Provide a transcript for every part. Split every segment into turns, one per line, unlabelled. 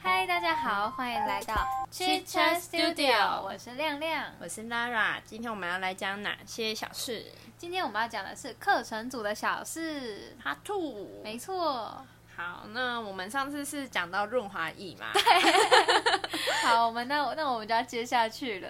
嗨，大家好，欢迎来到
Chicha Studio
我是亮亮。
我是 Lara，今天我们要来讲哪些小事？
今天我们要讲的是课程组的小事。
哈兔，
没错，
好，那我们上次是讲到润滑液嘛？
好，我们那我那我们就要接下去了。，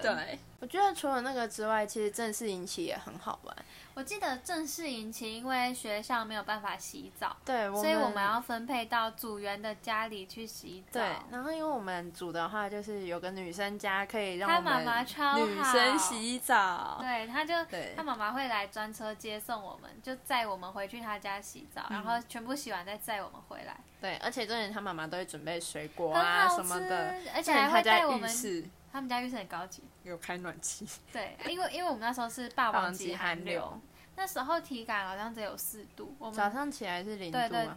我觉得除了那个之外，其实正式引起也很好玩。
我记得正式引起，因为学校没有办法洗澡，
对，
所以我们要分配到组员的家里去洗澡。
对，然后因为我们组的话，就是有个女生家可以让
她
我们
妈妈超
女
好
生洗澡。
对，他就
对
他妈妈会来专车接送我们，就载我们回去他家洗澡，
嗯
然后全部洗完再载我们回来，
对，而且重点她妈妈都会准备水果
很
啊
好
什
吃
么的，，
而且还会带我
她
们
家浴。室
他们家浴室很高级，
有开暖气，
对，因为因为我们那时候是霸王级寒流，，那时候体感好像只有四度，我
早
们
上起来是零度啊
对
嘛，
对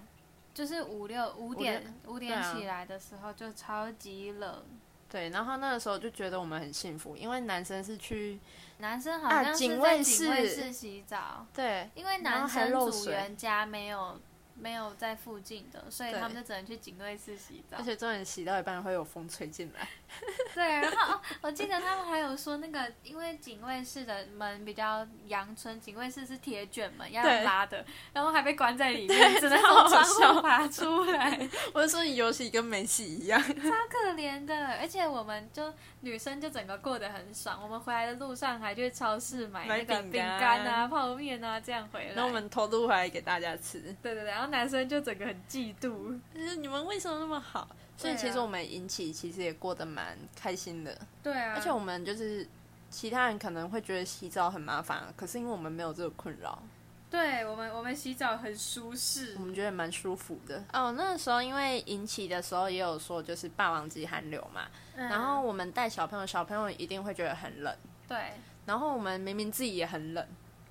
就是五六五点五点
对啊
起来的时候就超级冷，
对，然后那个时候就觉得我们很幸福，因为男生是去
男生好像
啊
是
警
在
卫
警卫
室
室洗澡，
对
因为
然
男
后还
生
漏
组
水
员家没有没有在附近的，所以
对
他们就只能去警卫室洗澡
而。且重点洗到一半会有风吹进来，
对，然后哦我记得他们还有说那个，因为警卫室的门比较阳春，警卫室是铁卷门，要
对
用拉的，然后还被关在 里面，只能从窗
超好
户
笑
爬出来，
我就说你有洗跟没洗一样。
超可怜的。而且我们就女生就整个过得很爽，我们回来的路上还去超市买
买
那个
饼
饼干啊、泡面啊，这样回来。
然后我们偷渡回来给大家吃，
对对对，然后男生就整个很嫉妒。
就是你们为什么那么好？所以
对啊
其实我们引起其实也过得蛮开心的，
对啊，
而且我们就是其他人可能会觉得洗澡很麻烦，可是因为我们没有这个困扰，
对我们我们洗澡很舒适
我。们觉得蛮舒服的。哦，那个时候因为引起的时候也有说就是霸王级寒流嘛，
嗯
然后我们带小朋友，小朋友一定会觉得很冷。
对，
然后我们明明自己也很冷，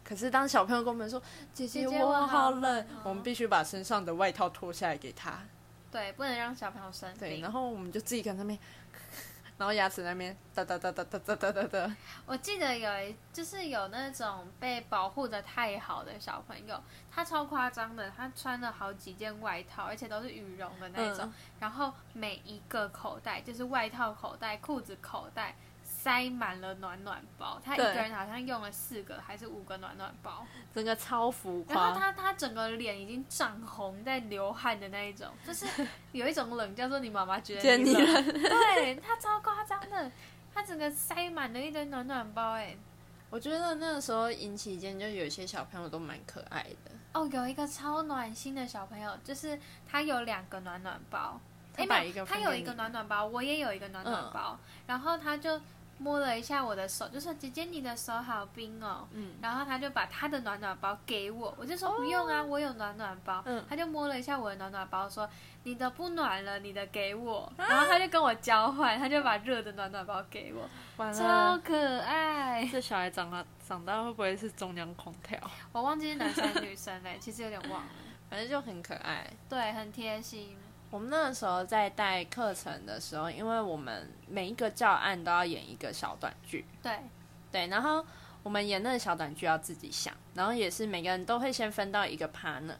可是当小朋友跟我们说“姐姐
姐姐我
我
好
好
冷
冷嗯
哦”，
我们必须把身上的外套脱下来给他。
对，不能让小朋友生
对，
病。
然后我们就 自己跟那边，然后牙齿那边哒哒哒哒哒哒哒哒哒。
我记得有一就是有那种被保护的太好的小朋友，他超夸张的，他穿了好几件外套，而且都是羽绒的那种，
嗯
然后每一个口袋就是外套口袋、裤子口袋。塞满了暖暖包，他一
对
个人好像用了四个还是五个暖暖包，
整个超浮
然后他
夸。
他整个脸已经涨红，在流汗的那一种，就是有一种冷叫做你妈妈觉得
见
你
你
冷，
了，
对他超夸张的，他整个塞满了一堆暖暖包、哎，
我觉得那个时候引起间就有一些小朋友都蛮可爱的，
哦，有一个超暖心的小朋友，就是他有两个暖暖包，
他
诶
把
没有
一个
他
分
有
给
一个
你
暖暖包，我也有一个暖暖
嗯
包，然后他就摸了一下我的手，就说：“姐姐，你的手好冰哦。”
嗯，
然后他就把他的暖暖包给我，我就说不用啊，我有暖暖包。
哦嗯
他就摸了一下我的暖暖包，说你的不暖了，你的给我。
啊
然后他就跟我交换，他就把热的暖暖包给我，
完
超。可爱。
这小孩长大长大会不会是中央空调？
我忘记是男生还是女生嘞，其实有点忘了。
反正就很可爱。
对，很贴心。
我们那时候在带课程的时候，因为我们每一个教案都要演一个小短剧，
对，
对，然后我们演那个小短剧要自己想，然后也是每个人都会先分到一个 partner。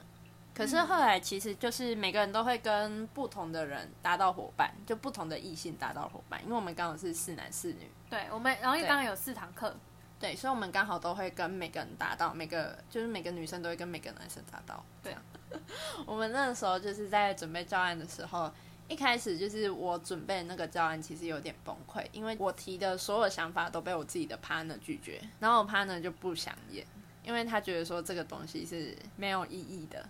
可是后来其实就是每个人都会跟不同的人搭到伙伴，就不同的异性搭到伙伴，因为我们刚好是四男四女，
对我们，然后
对
刚刚有四堂课，
对，所以我们刚好都会跟每个人搭到，每个就是每个女生都会跟每个男生搭到。
对
这样， 我们那个时候就是在准备教案的时候，一开始就是我准备的那个教案其实有点崩溃，因为我提的所有想法都被我自己的 partner 拒绝，然后我 partner 就不想演，因为他觉得说这个东西是没有意义的。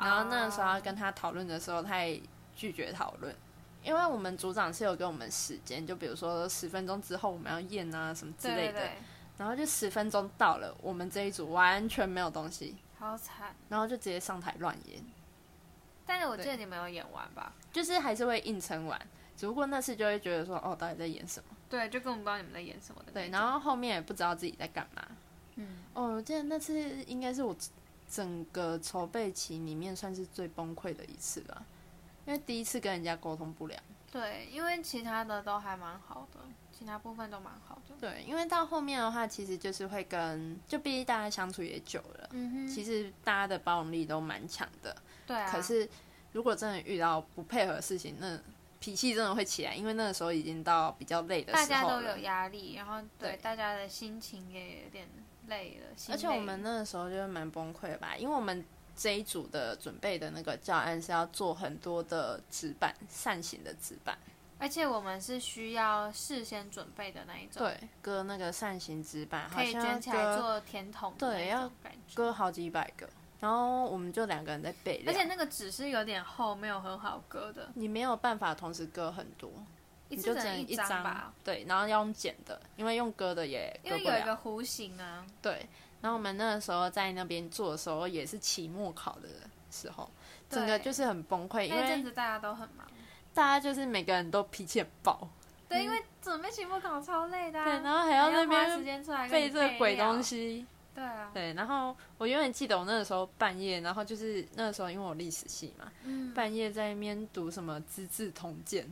然后那个时
啊
候要跟他讨论的时候，他也拒绝讨论，因为我们组长是有给我们时间，就比如说十分钟之后我们要验啊什么之
对
类的。
对对，
然后就十分钟到了，我们这一组完全没有东西，
好惨。
然后就直接上台乱演，
但是我记得
对
你们有演完吧？
就是还是会硬撑完，只不过那次就会觉得说，哦，到底在演什么？
对，就根本不知道你们在演什么的那
对，
种。
然后后面也不知道自己在干嘛。
嗯，
哦，我记得那次应该是我整个筹备期里面算是最崩溃的一次吧，因为第一次跟人家沟通不良。
对，因为其他的都还蛮好的，其他部分都蛮好的。
对，因为到后面的话，其实就是会跟，就毕竟大家相处也久了，
嗯哼，
其
实
实大家的包容力都蛮强的。
对啊，
可是如果真的遇到不配合的事情，那脾气真的会起来，因为那个时候已经到比较累的时候
大家都
了
有压力，然后对
对
大家的心情也有点累了，心
而且我
累
们那个时候就是蛮崩溃的吧，因为我们这一组的准备的那个教案是要做很多的纸板扇形的纸板，
而且我们是需要事先准备的那一种，，
对，割那个扇形纸板，好
可以
像
卷
要
起来
割
做甜筒的
对
那种感觉。
割好几百个，然后我们就两个人在备料，
而且那个纸是有点厚，没有很好割的，
你没有办法同时割很多，
一
你
次
就
只
只
能
能一
张
张
吧，，
对，然后要用剪的，因为用割的也
因
割
为
不
有一
了，
个弧形啊，
对。然后我们那个时候在那边做的时候，也是期末考的时候，整个
对
就是很崩溃，因
那一阵
为嗯
子大家都很忙。
大家就是每个人都脾气很爆，
对，因为准备期末考超累的啊、
对，然后还
还
要那
花时
边
间出来跟
背
你
这个鬼
料
东。西。
对啊，
对，然后我永远记得我那个时候半夜，然后就是那个时候因为我历史系嘛，
嗯，
半夜在那边读什么《资治通鉴》，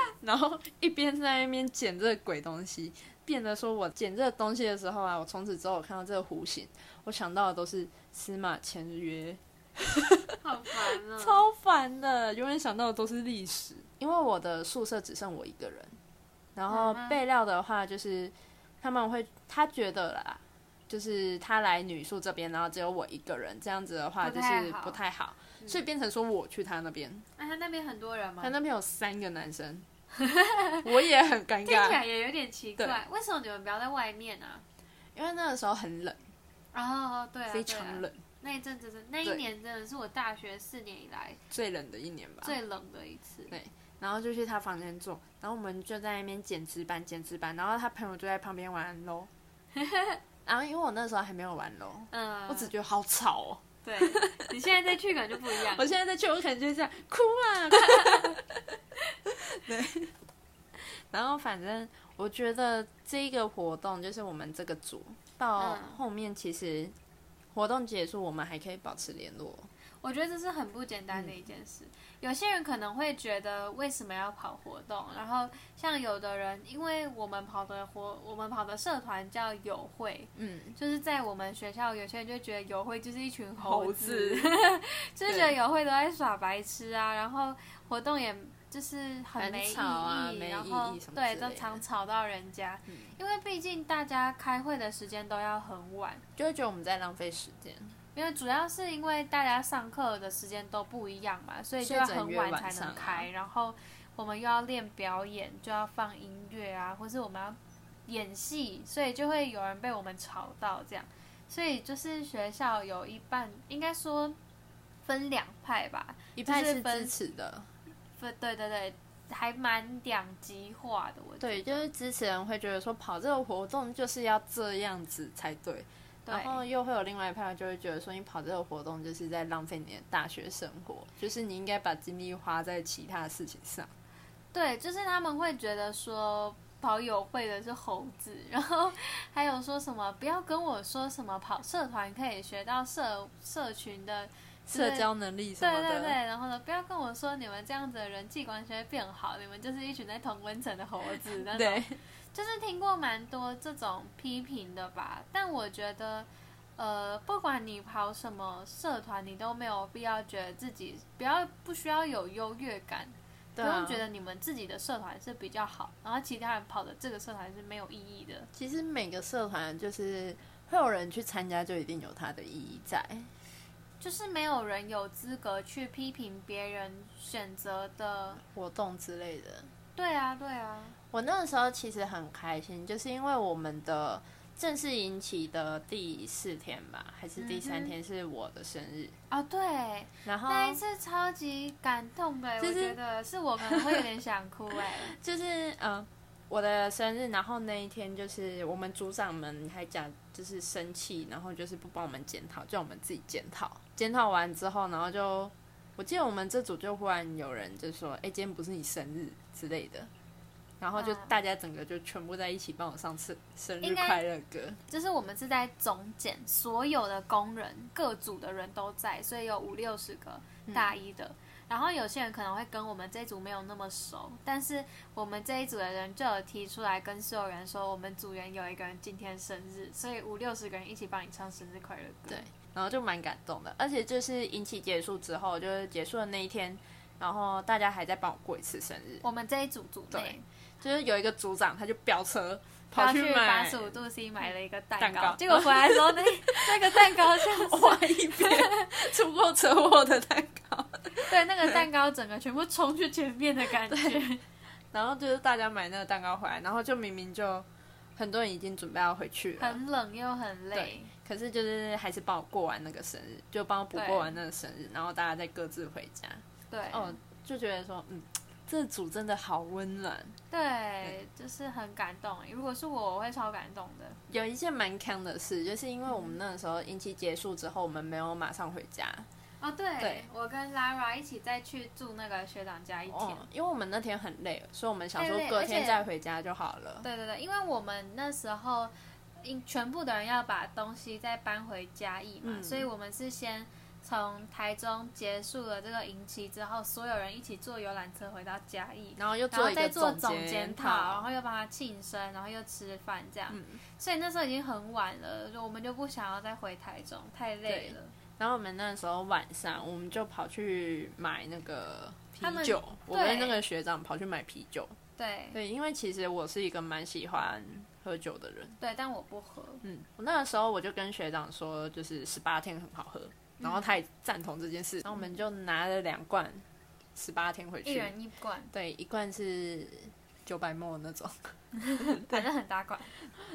然后一边在那边捡这个鬼东西，变得说我捡这个东西的时候啊，我从此之后我看到这个弧形，我想到的都是司马迁约，
好烦啊、
超烦的，永远想到的都是历史。因为我的宿舍只剩我一个人，然后
嗯哼
备料的话就是他们会，他觉得啦，就是他来女宿这边，然后只有我一个人，这样子的话
不
就
太
是
好嗯
不太好，所以变成说我去他那边，
那、哎他那边很多人吗
他？那边有三个男生， 我也很尴
听起来
尬，
也有点奇怪，为什么你们不要在外面啊？
因为那个时候很冷，
哦，对啊，
非
对啊
常冷，
那一阵子是那一
对
年真的是我大学四年以来
最冷的一年吧。
最冷的一次。
啊对然后就去他房间坐，然后我们就在那边剪纸板、剪纸板，然后他朋友就在旁边玩喽。 然后因为我那时候还没有玩喽，
嗯，
我只觉得好吵哦。
对你现在再去可能就不 一样
我。现在再去，我可能就会这样哭啊。 哭啊对。然后反正我觉得这个活动就是我们这个组到
嗯
后面，其实活动结束我们还可以保持联络。
我觉得这是很不简
嗯
单的一件事。有些人可能会觉得为什么要跑活动，然后像有的人，因为我们跑的活，我们跑的社团叫友会，
嗯，
就是在我们学校，有些人就觉得友会就是一群
猴
子，
子
就是觉得友会都在耍白痴啊，然后活动也就是很
很
没意义，
吵啊没
然
意
后
义什么
对
之
都
类的
常吵到人家，
嗯
因为毕竟大家开会的时间都要很晚。
就会觉得我们在浪费时间。
因为主要是因为大家上课的时间都不一样嘛，所以就
所以
要
只能
很
约
晚
晚
才
上
能
啊
开。然后我们又要练表演，就要放音乐啊，或是我们要演戏，所以就会有人被我们吵到这样。所以就是学校有一半，应该说分两派吧，
一派
就是
是
分
支持的，
分对对对，还蛮两极化的。我觉得
对，就是支持人会觉得说跑这个活动就是要这样子才对，然后
对
又会有另外一派就会觉得说你跑这个活动就是在浪费你的大学生活，就是你应该把精力花在其他事情上。
对，就是他们会觉得说跑友会的是猴子，然后 还有说什么不要跟我说什么跑社团可以学到社社群的，对
社交能力什
对
么的，
对对，然后呢不要跟我说你们这样子的人际关系会变好，你们就是一群在同温层的猴 子那种，
对
就是听过蛮多这种批评的吧，但我觉得。呃，不管你跑什么社团，你都没有必要觉得自己不要不需要有优越感，
对
不
啊
用觉得你们自己的社团是比较好，然后其他人跑的这个社团是没有意义的。
其实每个社团就是会有人去参加，就一定有它的意义在。
就是没有人有资格去批评别人选择的。
活动之类的，
对啊，对啊，
我那个时候其实很开心，就是因为我们的正式引起的第四天吧，还是第三天是我的生日，
啊、对，
然后
嗯那一次超级感动的，
就
我
是
觉得是我可能会有点想哭哎。
就是嗯、呃我的生日，然后那一天就是我们组长们还讲，就是生气，然后就是不帮我们检讨，叫我们自己检讨。检讨完之后，然后就我记得我们这组就忽然有人就说：“哎、今天不是你生日之类的。”然后就
嗯
大家整个就全部在一起帮我上次生日
应该
快乐歌。
就是我们是在总检，所有的工人各组的人都在，所以有五六十个大一
嗯
的。然后有些人可能会跟我们这一组没有那么熟，但是我们这一组的人就有提出来跟所有人说，我们组员有一个人今天生日，所以五六十个人一起帮你唱生日快乐歌。
对然后就蛮感动的。而且就是引起结束之后，就是结束的那一天，然后大家还在帮我过一次生日，
我们这一组组内
对就是有一个组长他就飙车跑
要去八
买
十五度 C 买了一个
蛋
蛋
糕
结果回来的时候那那个蛋 糕像
哇
是
一边 出过车祸的蛋糕，
对那个蛋糕整个全部冲去前面的 感觉。
然后就是大家买那个蛋糕回来，然后就明明就很多人已经准备要回去了，
很冷又很累
对，可是就是还是帮我过完那个生日，就帮我补
对
过完那个生日，然后大家再各自回家。
对，
哦，就觉得说，嗯，这组真的好温暖。
对，就是很感动。如果是我，我会超感动的。
有一件蛮坑的事，就是因为我们那个时候阴期结束之后，我们没有马上回家，
哦，对，
对
我跟 Lara 一起再去住那个学长家一天。
哦，因为我们那天很累，所以我们想说
太累
隔
而
天
且
再回家就好了。
对对对，因为我们那时候，因全部的人要把东西再搬回嘉义嘛，
嗯
所以我们是先从台中结束了这个营期之后，所有人一起坐游览车回到嘉义。
然后又
然
做
后
一
再
个
嗯做
总
检
讨，
讨，然后又帮他庆生，然后又吃饭这样，所以那时候已经很晚了，就我们就不想要再回台中，太累
对
了。
然后我们那时候晚上，我们就跑去买那个啤
他们
酒。我跟
对
那个学长跑去买啤酒。
对
对，因为其实我是一个蛮喜欢喝酒的人。
对，但我不喝，
嗯，我那个时候我就跟学长说，就是十八天很好喝，然后他也赞同这件事。然后我们就拿了两罐十八天回
嗯一
去。
人一罐，
对，一罐是九百沫那种。
反正很大罐。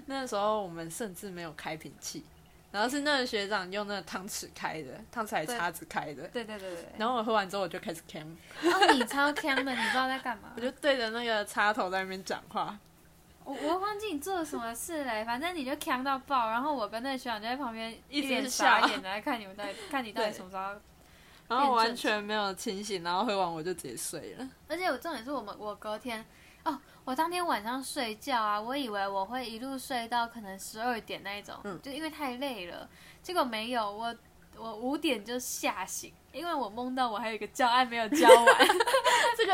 那时候我们甚至没有开瓶器，然后是那个学长用那个汤匙开的，汤匙还
对
叉子开的。
对对对对对。
然后我喝完之后我就开始 cam，
哦，你超强的，你不知道在干嘛
我。就对着那个插头在那边讲话。
我我忘记你做了什么事嘞，反正你就呛到爆，然后我跟那个学长就在旁边
一直
脸
笑
傻眼的看你们到 底看你到底
对
什么时候。
然后我完全没有清醒，然后喝完我就直接睡了。
而且我重点是我们我隔天哦，我当天晚上睡觉啊，我以为我会一路睡到可能十二点那一种，
嗯
就因为太累了，结果没有，我我五点就吓醒，因为我梦到我还有一个教案没有教完。
这个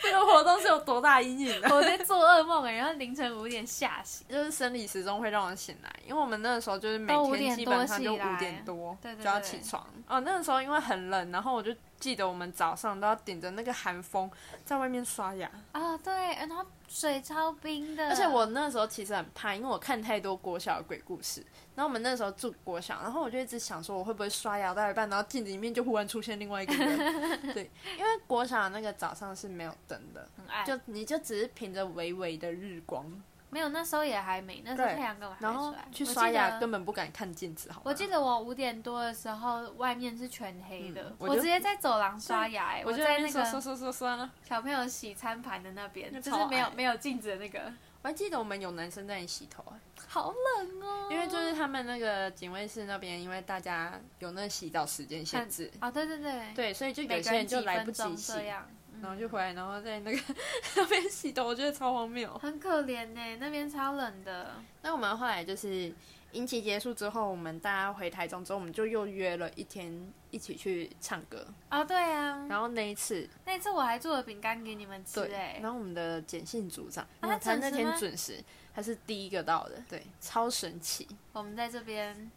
这个活动是有多大阴影呢、啊
我在做噩梦
欸
哎、然后凌晨五点吓醒。
就是生理时钟会让我醒来，因为我们那个时候就是每
都五
天
点
基本上就
多起来
五点多
对对
就
对
要起床。哦，那个时候因为很冷，然后我就记得我们早上都要顶着那个寒风在外面刷牙，
啊、对，然后水超冰的，
而且我那时候其实很怕，因为我看太多国小的鬼故事。然后我们那时候住国小，然后我就一直想说，我会不会刷牙到一半，然后镜子里面就忽然出现另外一个 人？对，因为国小那个早上是没有灯的，
很爱，就
就你就只是凭着微微的日光，
没有那时候也还没，那时候
对
太阳根本还啊
然
没
后
出来
去刷牙
我记
根
得
本不敢看镜子，好吗
我记得我五点多的时候，外面是全黑的，
嗯我
我
就
直接在走廊刷牙、哎，
我
我
就
在
边
那
刷刷
个
刷刷刷。
小朋友洗餐盘的那边，
那
就
超
是没有
矮
没有镜子的那个，
我还记得我们有男生在那里洗头、啊，
好冷哦，
因为就是他们那个警卫室那边，因为大家有那个洗澡时间限制，
啊、对对对，
对，所以就有
每
些
个人
人就
几
来不
分
及
钟
洗，
这样，嗯
然后就回来，然后在那个 那边洗头，我觉得超荒谬。
很可怜呢、那边超冷的，
那我们后来就是营期结束之后，我们大家回台中之后，我们就又约了一天一起去唱歌。
啊、对啊，
然后那一次，
那次我还做了饼干给你们吃
对，
哎、
然后我们的简信组长，
啊他
哇他
准时
那天
吗
准时，他是第一个到的，对，超神奇，
我们在这边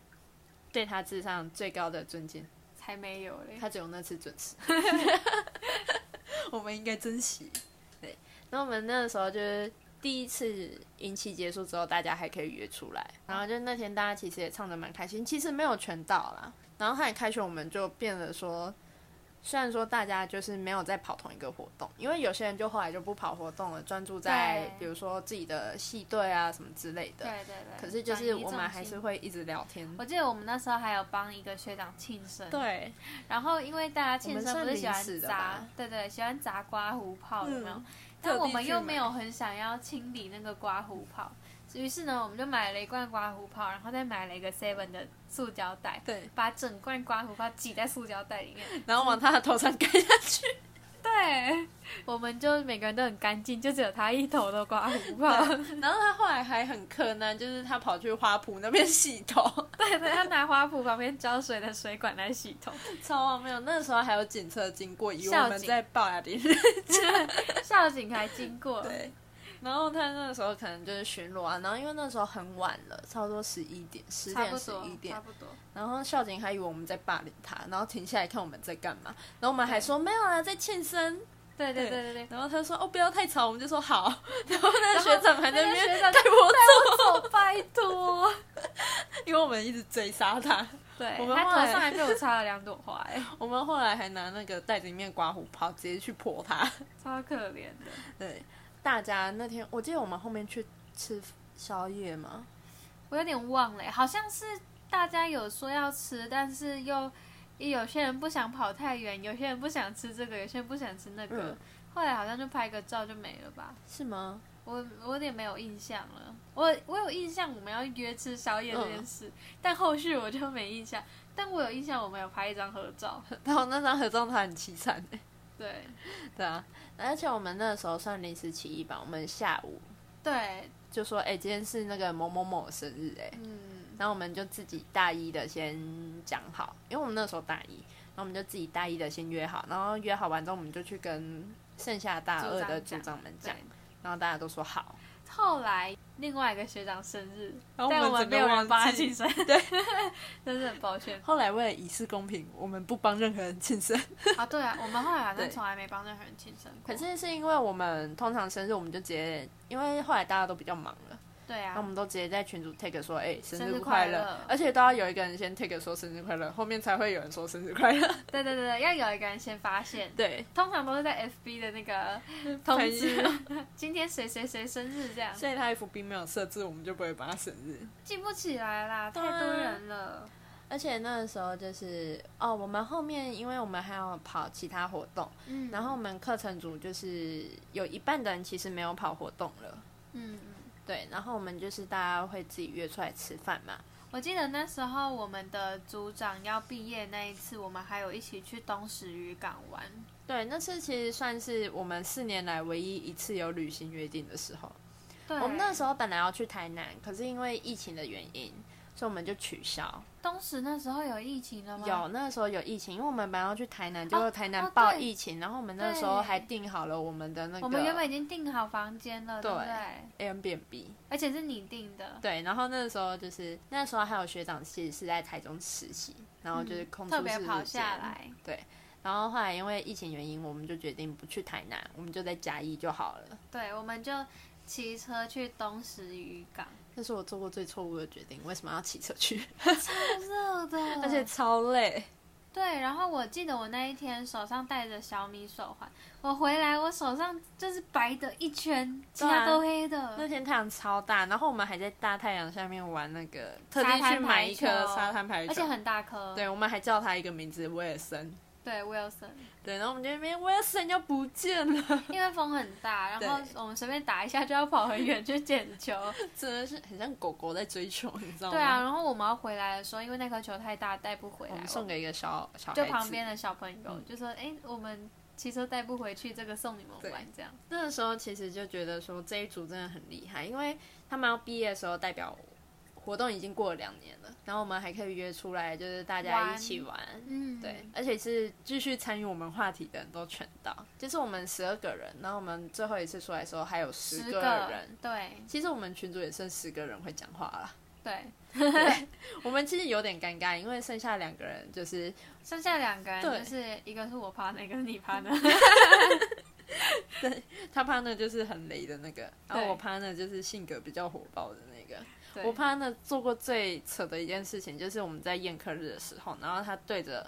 对他致上最高的尊敬。
才没有嘞。
他只有那次准时， 我们应该珍惜。对，那我们那个时候就是第一次营期结束之后，大家还可以约出来，然后就那天大家其实也唱的蛮开心，其实没有全到啦。然后后来开学我们就变得说，虽然说大家就是没有在跑同一个活动，因为有些人就后来就不跑活动了，专注在
对
比如说自己的系队啊什么之类的。
对对对。
可是就是
转移
我们
重
还
心
是。会一直聊天。
我记得我们那时候还有帮一个学长庆生，。
对，
然后因为大家庆
我们
生
算
不是喜
临时
欢
的
砸
吧，
对对，喜欢砸刮胡泡有没有
嗯？
但
特地
我们
去
又
买
没有很想要清理那个刮胡泡，于是呢，我们就买了一罐刮胡泡，然后再买了一个 Seven 的塑胶袋，
对
把整罐刮胡泡挤在塑胶袋里面。
然后往他的头上盖下去。
对，我们就每个人都很干净，就只有他一头的刮胡泡。
然后他后来还很困难，就是他跑去花圃那边洗头，
对对，他拿花圃旁边浇水的水管来洗 头，
超荒谬。那时候还有警车经过，以为我
校
们
警
在报雅典。
校警还经过。
对，然后他那个时候可能就是巡逻啊，然后因为那时候很晚了，差不多十一点、十
差不
点、十
多
一，点
差，不多。
然后校警还以为我们在霸凌他，然后停下来看我们在干嘛，然后我们还说没有啊，在庆生。
对对对对对，
然后他说哦不要太吵，我们就说好。 然后那个
然后
学长还在
那
那
个
边
学长
带我走，
哦，拜托，
因为我们一直追杀他。
对
我们
他
后
头
来
上还被我插了两朵花、哎，
我们后来还拿那个袋子里面刮胡泡直接去泼他。
超可怜的。
对，大家那天我记得我们后面去吃宵夜嘛，
我有点忘了、欸好像是大家有说要吃，但是又有些人不想跑太远，有些人不想吃这个，有些人不想吃那个。
嗯
后来好像就拍个照就没了吧，
是吗？
我我有点没有印象了。我我有印象我们要约吃宵夜这
嗯
件事，但后续我就没印象。但我有印象我们有拍一张合照，
然后那张合照他很凄惨欸
对
对啊，而且我们那时候算临时起意吧，我们下午
对，
就说哎、今天是那个某某某生日哎、
嗯，
然后我们就自己大一的先讲好，因为我们那时候大一，然后我们就自己大一的先约好，然后约好完之后，我们就去跟剩下大二的组长们讲
对，。
然后大家都说好，
后来另外一个学长生日，
然后
但
哦我们
我们
整
没
个
有人帮他
忘记
庆生，对， 真是很抱 歉。
后来为了以示公平，我们不帮任何人庆生。
啊，对啊，我们后来好像
对
从来没帮任何人庆生过。
可是是因为我们通常生日，我们就直接，因为后来大家都比较忙了，
对啊
然后我，们都直接在群组 take 说，哎、生
生日
日
快
快
乐
乐，而且都要有一个人先 take 说生日快乐，后面才会有人说生日快乐。
对对对，对要有一个人先发现。
对，
通常都是在 FB 的那 个通
朋
知
友，
今天谁谁谁生日这样，
所以他 FB 没有设置，我们就不会帮他生日。
记不起来啦，太
对啊
多人了。
而且那个时候就是哦，我们后面因为我们还有跑其他活动，
嗯，
然后我们课程组就是有一半的人其实没有跑活动了，
嗯，嗯
对，然后我们就是大家会自己约出来吃饭嘛，
我记得那时候我们的组长要毕业那一次，我们还有一起去东石渔港玩。
对，那次其实算是我们四年来唯一一次有旅行约定的时候。
对，
我们那时
候
候本来要去台南，可是因为疫情的原因，所以我们就取消。
东石那时候有疫情了吗？
有那时候有疫情，因为我们本来要去台南，结果台
哦
南
对
爆疫情，然后我们那时候
对
还订好了我们的那个
我们原本已经订好房间了，对不
对
对？
Airbnb。
而且是你订的，
对，然后那时候就是那时候还有学长其实是在台中实习，然后就是空
嗯
出
特别
四
跑
日间
下。来。
然后后来因为疫情原因，我们就决定不去台南，我们就在嘉义就好了。
对，我们就骑车去东石渔 港，
这是我做过最错误的决定，为什么要骑车去？
超热的，
而且超累。
对。然后我记得我那一天手上戴着小米手环，我回来我手上就是白的一圈，其
对啊
他都黑的。
那天太阳超大，然后我们还在大太阳下面玩那个，特
沙
地
滩
去买
排
一
球
颗沙滩排球，
而且很大颗，
对，我们还叫他一个名字威尔森。
对，Wilson，
对，然后我们就在那边威尔森就不见了，
因为风很大，然后我们随便打一下就要跑很远去捡球，
真的是很像狗狗在追求，你知道吗？
对啊，，然后我们要回来的时候，因为那颗球太大带不回
我
来，
们送给一个小小孩
就
子
旁边的小朋友
嗯
就说，哎、我们骑车带不回去，这个送你们
对
玩这样。
那个时候其实就觉得说这一组真的很厉害，因为他们要毕业的时候代表活动已经过了两年了，然后我们还可以约出来，就是大家一起玩。
嗯，
对，而且是继续参与我们话题的人都全到，就是我们十二个人，然后我们最后一次出来的时候还有
十
个人。
对
其实我们群组也剩十个人会讲话了，
对，
我们其实有点尴尬，因为剩下两个人就是
剩下两个人
对
就是一个是我趴的，一个是你趴的。
他趴那就是很雷的那个，然
对
后我趴那就是性格比较火爆的那个。
对
我怕那做过最扯的一件事情，就是我们在宴客日的时候，然后他对着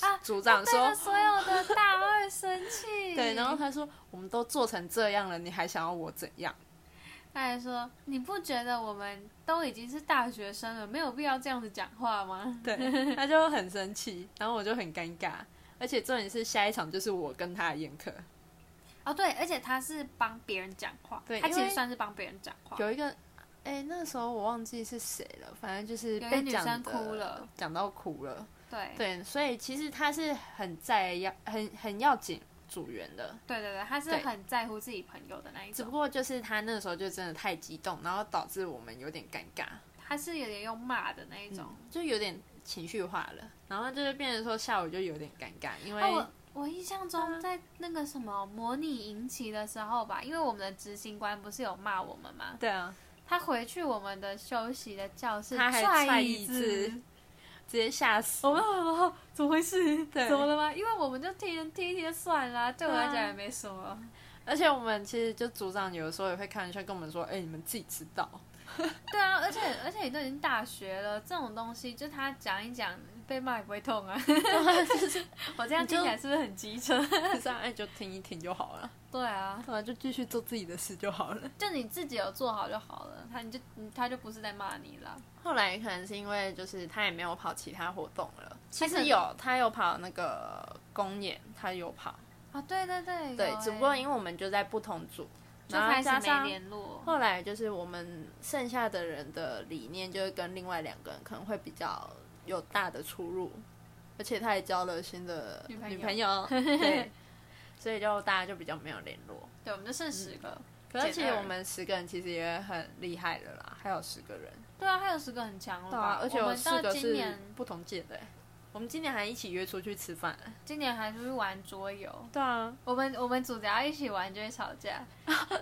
啊
组长
对
说，
着所有的大二生气，
对，然后他说我们都做成这样了，你还想要我怎样？
他还说你不觉得我们都已经是大学生了，没有必要这样子讲话吗？
对，他就很生气，然后我就很尴尬，而且重点是下一场就是我跟他的宴客，
哦，对，而且他是帮别人讲话，
对
他其
因
实
为
算是帮别人讲话，
有一个。哎，那时候我忘记是谁了，反正就是
有一个
被
女
讲
生
得
哭了，
讲到哭了。
对
对，所以其实他是很在要很很要紧组员的，
对对对，他是
对
很在乎自己朋友的那一
只不
种，
过就是他那时候就真的太激动，然后导致我们有点尴尬，
他是有点用骂的那
嗯
一种。
就有点情绪化了，然后就是变成说下午就有点尴尬，因为、嗯
哦，我我印象中在那个什么模拟营期的时候吧，因为我们的执行官不是有骂我们吗？
对啊，
他回去我们的休息的教室，
他还
踹
踹
椅
椅子
子，
直接吓死。
我们哦，怎么回事？
对
怎么了吗？因为我们就踢人踢一踢就算啦，对我来讲
对啊
也没什么。
而且我们其实就组长有的时候也会开玩笑跟我们说：“哎、你们自己知道。
对啊，而且而且你都已经大学了，这种东西就他讲一讲，被骂也不会痛啊。我这样听起来是不是很机车？”
这样哎，就听一听就 好了，
对啊，
对啊，就继续做自己的事就好了。
就你自己有做好就好了，他你就你他就不是在骂你啦。
后来可能是因为就是他也没有跑其他活动了，其
可
实
能
有他有跑那个公演，他有跑，
啊，对对对，
对
有，欸
只不过因为我们就在不同组，
就
然后
开
加
始没
上
联络。
后来就是我们剩下的人的理念，就是跟另外两个人可能会比较有大的出入，而且他也交了新的
女朋友
女朋友， 对，所以就大家就比较没有联络。
对，我们就剩十个。
可是其
减
实
二
我们十个人其实也很厉害了啦，还有十个人，
对啊，还有十个很强了
对
吧
啊，？而且
我
有
们
四
到
个
今
是
年，
不同届的欸、我们今年还一起约出去吃饭，
今年还出去玩桌游。
对啊，
我们我们组只要一起玩就会吵架，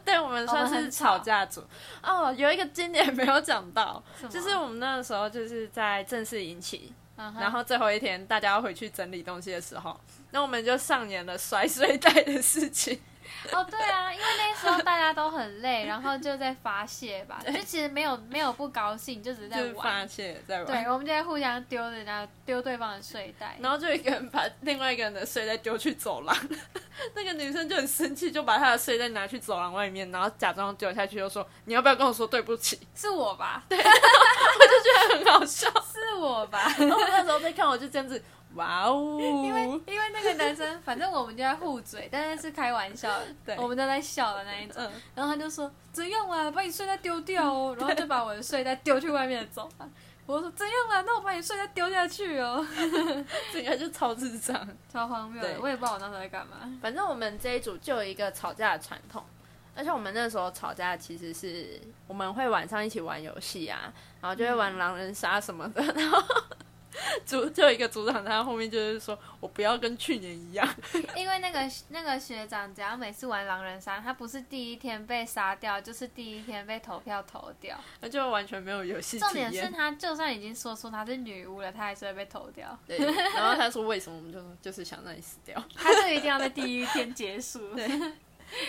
对 我们算
我们
是
很吵
吵架组哦。有一个今年没有讲到，
什么
就是我们那个时候就是在正式引起，
嗯哼
然后最后一天大家要回去整理东西的时候，那我们就上演了摔睡袋的事 情。
哦，对啊，因为那时候大家都很累，然后就在发泄吧，就其实没有没有不高兴，就只是
就
在
是发
玩。
泄在
对，
玩，
我们就在互相丢人家丢对方的睡袋。
然后就一个人把另外一个人的睡袋丢去走廊， 那个女生就很生气，就把她的睡袋拿去走廊外面，然后假装丢下去，就说你要不要跟我说对不起？
是我吧？对，
很好笑。
是我吧？
然后那时候在看，我就这样子，哇哦！因为
因为那个男生，反正我们就在互嘴，但是是开玩笑的，
对
我们都在笑的那一种。
嗯，
然后他就说：“怎样啦，把你睡袋丢掉 哦。”然后就把我的睡袋丢去外面走。我说：“怎样啊啦，那我把你睡袋丢下去哦。
整个就超智障。”
超荒谬的，
对
我也不知道我那时候在干嘛。
反正我们这一组就有一个吵架的传统，而且我们那时候吵架其实是我们会晚上一起玩游戏啊，然后就会玩狼人杀什么的， 然后组就有一个组长他后面就是说我不要跟去年一样，
因为那个那个学长，只要每次玩狼人杀，他不是第一天被杀掉，就是第一天被投票投掉。
那就完全没有游戏
重
体
点是
验。
他就算已经说出他是女巫了，他还是会被投掉。
对，然后他说为什么，我们就说就是想让你死掉，
他就一定要在第一天结束。对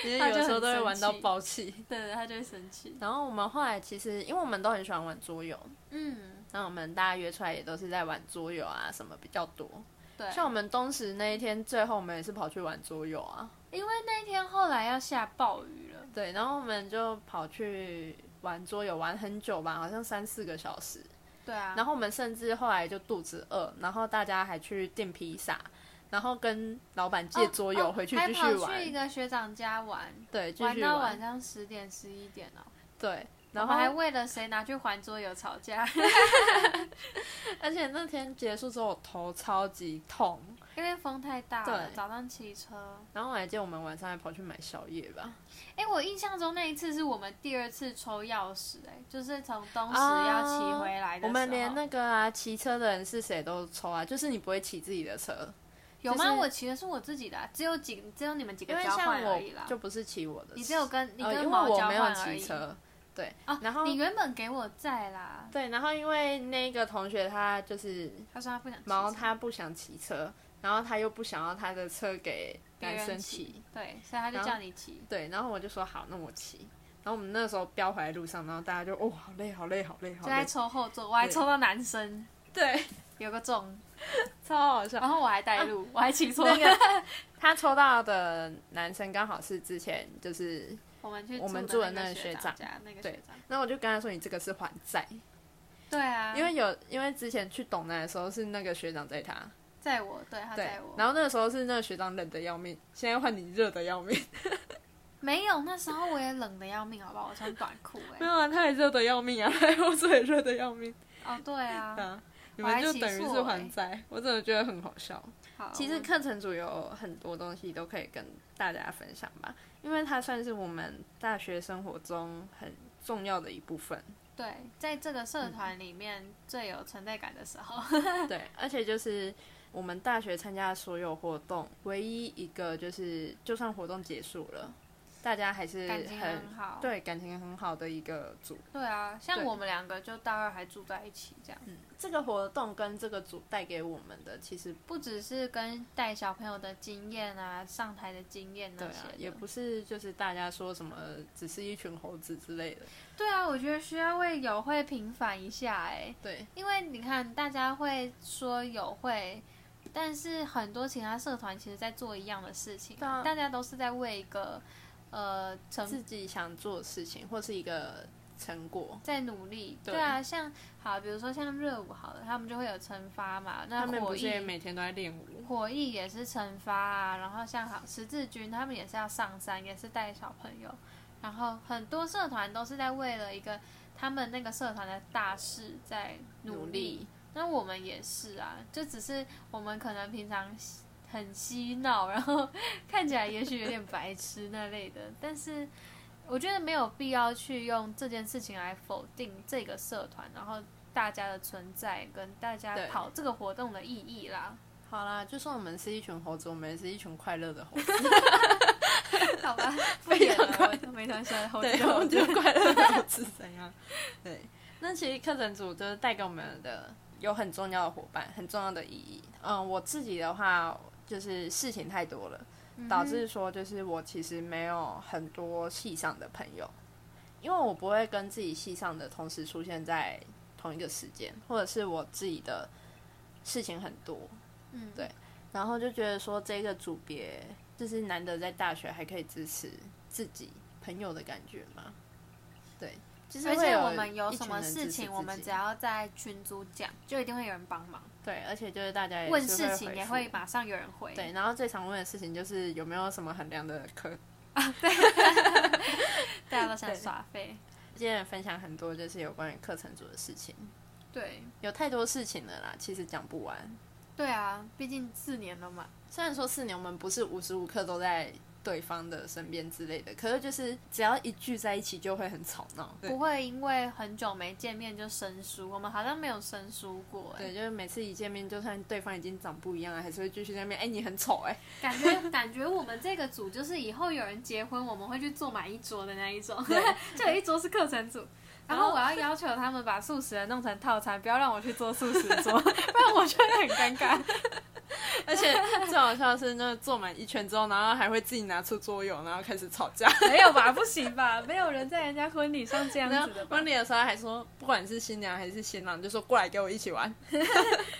因为
他就
有时候
很
都会
生
玩到
气
爆气。
对，他就会生气。
然后我们后来其实因为我们都很喜欢玩桌游，
嗯，
那我们大家约出来也都是在玩桌游啊什么比较多。
对。
像我们当时那一天，最后我们也是跑去玩桌游啊，
因为那一天后来要下暴雨了，
对，然后我们就跑去玩桌游，玩很久吧，好像三四个小时。
对啊，
然后我们甚至后来就肚子饿，然后大家还去订披萨，然后跟老板借桌游回去
哦还
继续
跑
玩，
去一个学长家玩，
对，继
玩
续
到晚上十点十一点哦。
对。
然
然
后
后
还为了谁拿去还桌游吵架，
而且那天结束之后，我头超级痛。
因为风太大了，
对
早上骑车。
然后我还记得我们晚上还跑去买宵夜吧，
哎，我印象中那一次是我们第二次抽钥匙，哎，就是从东石
啊
要骑回来的时候。
我们连那个啊骑车的人是谁都抽啊，就是你不会骑自己的车，
有吗？
就是
我骑的是我自己的啊，只有几，只有你们几个
因为
交换
像
而
我
已啦。
就不是骑我的车，
你只有跟你
呃
跟
因为
毛
我
交
没有
换而已
骑。车，对，
哦
然后
你原本给我在啦，
对，然后因为那个同学他就是
他说他不想骑车。
毛，他不想骑车，然后他又不想要他的车给
别
男
人
生
骑
骑，，
对，所以他就
然后
叫你骑。
对，然后我就说好，那我骑。然后我们那时候飙回来路上，然后大家就哦，好累，好累，好累，好
就在
累，
抽后座，我还
对
抽到男生，
对，
有个中，
超好笑
然。后我还带路，我还骑错。
那 个他抽到的男生刚好是之前就是，
我们去
我们
住
住
的
的
那
那
个
个
学
学
长
长
家，那个
对
学长。
那我就跟他说你这个是还债，
对啊，
因为有因为之前去董南的时候是那个学长载他，
在我，对他
对
在我，
然后那个时候是那个学长冷的要命，现在换你热的要 命，
没有那时候我也冷的要命，好不好？我穿短裤
没
哎。
有啊，他也热的要命啊，还有我也热的要命
哦，对啊，
啊，你
我还
们就
骑
等于
错
是
欸
还债，我真的觉得很好笑。
好。
其
我
实
们
课程组有很多东西都可以跟大家分享吧，因为它算是我们大学生活中很重要的一部 分。
对，
嗯
在这个社团里面最有存在感的时候，
对，而且就是我们大学参加的所有活动，唯一一个就是，就算活动结束了，大家还 是
感情
很
很好。
对感情很好的一个组。
对啊，像
对
我们两个就大二还住在一起，这样
嗯这个活动跟这个组带给我们的，其实
不只是跟带小朋友的经验啊，上台的经验
对
那些
啊
的，
也不是就是大家说什么只是一群猴子之类的。
对啊，我觉得需要为友会平反一下哎、
对，
因为你看大家会说友会，但是很多其他社团其实在做一样的事情
对
啊、
啊
大家都是在为一个呃
自
成
己想做的事情或是一个成果，
在努力。
对
对啊，像好，比如说像热舞好了，他们就会有惩罚嘛，那
他们
火
不是也
艺。
每天都在练舞？
火艺也是惩罚啊，然后像好十字军，他们也是要上山，也是带小朋友，然后很多社团都是在为了一个他们那个社团的大事在努力那我们也是啊，就只是我们可能平常嬉很嬉闹，然后看起来也许有点白痴那类的，但是我觉得没有必要去用这件事情来否定这个社团，然后大家的存在跟大家
对
跑这个活动的意义啦。
好啦，就说我们是一群猴子，我们也是一群快乐的猴子，
好 吧，不
非
演
常
了，
快
我都没想起来猴子
对，我
猴
们
子
就快乐的猴子怎 样？对，那其实课程组就是带给我们的有很重要的伙伴，很重要的意义。嗯，我自己的话就是事情太多了，
嗯
导致说就是我其实没有很多系上的朋友，因为我不会跟自己系上的同时出现在同一个时间，或者是我自己的事情很多，
嗯，
对然后就觉得说这个组别就是难得在大学还可以支持自己朋友的感觉嘛，对，就是
而
会
且
有
我们有
一
什
群
么
人支持
事
自己
情，我们只要在群组讲，就一定会有人帮忙。
对，而且就是大家也是
问事
回
情也
复
会马上有人回。
对，然后最常问的事情就是有没有什么衡量的科
大家都想
对
耍废。
今天分享很多就是有关于课程组的事情，
对，
有太多事情了啦，其实讲不完。
对啊，毕竟四年了嘛。
虽然说四年我们不是无时无刻都在对方的身边之类的，可是就是只要一聚在一起就会很吵闹。
不会因为很久没见面就生疏，我们好像没有生疏过、
对，
哎，
就是每次一见面，就算对方已经长不一样了，还是会继续在那边。哎、你很丑哎、
感觉 感觉我们这个组就是以后有人结婚，我们会去坐满一桌的那一种， 就有一桌是课程组。然后我要要求他们把素食的弄成套餐，不要让我去做素食 桌，不然我就会很尴尬。
而且最好笑的是，那坐满一圈之后，然后还会自己拿出桌游，然后开始吵架。
没有吧？不行吧？没有人在人家婚礼上这样
然
子
后
的吧？
婚礼的时候还说，不管是新娘还是新郎，就说过来跟我一起玩，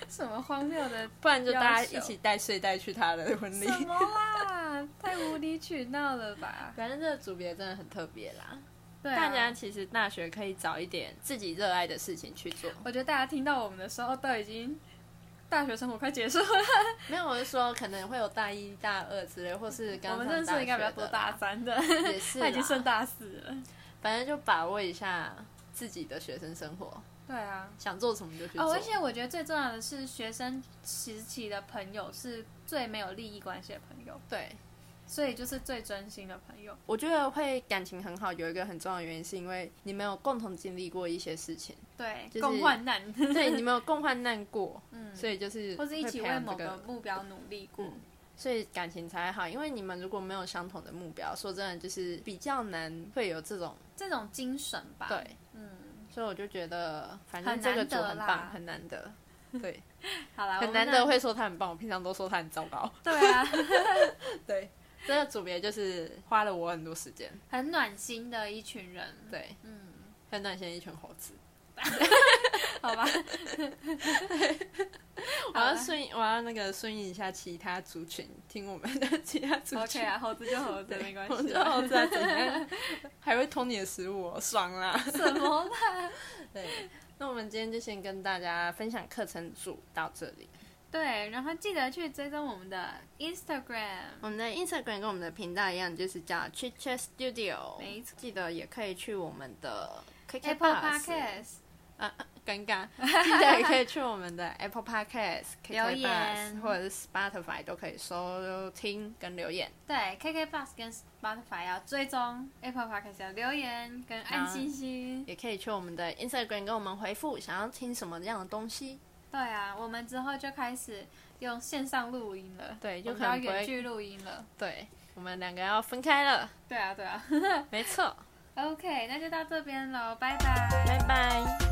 什么荒谬的
不然就大家
要求
一起带睡袋去他的婚礼
什。么啦？太无理取闹了吧？
反正这个组别真的很特别啦，
对、啊，
大家其实大学可以找一点自己热爱的事情去做。
我觉得大家听到我们的时候，都已经大学生活快结束了。
没有，我是说可能会有大一、大二之类，或是刚
我们
上
认识
大
应该比较
学
多
的啦
大三的，
也是啦，
他已经升大四了。
反正就把握一下自己的学生生活，
对啊，
想做什么就去做。
哦，而且我觉得最重要的是，学生时期的朋友是最没有利益关系的朋友，
对，
所以就是最真心的朋友。
我觉得会感情很好，有一个很重要的原因，是因为你们有共同经历过一些事情，
对，
就是
共患难，
对，你们有共患难过，
嗯，
所以就是
或是一起为
会培养
某
这
个
个，
目标努力过。
嗯所以感情才好。因为你们如果没有相同的目标，说真的，就是比较难会有这种
这种精神吧。，
对。
嗯，
所以我就觉得，反
很
正这个
难
组
得
很
啦
棒，很难得。对，
好啦，
很
我们
难
那
得。会说他很棒，我平常都说他很糟糕。
对啊，
对， 这个组别就是花了我很多时间。
很暖心的一群人。
对，
嗯，
很暖心的一群猴子。
好吧，
我
好
要
了
啊顺应，我要那个顺应一下其他族群，听我们的其他族
OK
群。
啊，猴子就猴子，
对
没关
我
系
觉得
啊。
猴子啊怎样， 还会偷你的食物、哦，爽啦！
什么啦？
对，那我们今天就先跟大家分享课程组到这里。
对，然后记得去追踪我们的 Instagram。
我们的 Instagram 跟我们的频道一样，就是叫 Chit Chat Studio，
没错
记得也可以去我们的 KK
Apple
Bus
Podcast
尴尬，记得也可以去我们的 Apple Podcast、
留
KK
言
Bus 或者是 Spotify 都可以收听跟留言。
对 KK Bus 跟 Spotify 要追踪 Apple Podcast 要留言
啊
跟按星星，
也可以去我们的 Instagram 跟我们回复，想要听什么样的东西。
对啊，我们之后就开始用线上录音了，
对，
我
就
们
可
要
能不
远
会，
距录音了。
对我们两个要分开了，
对啊，对啊。
没错，
OK，那就到这边喽，拜拜。
拜拜。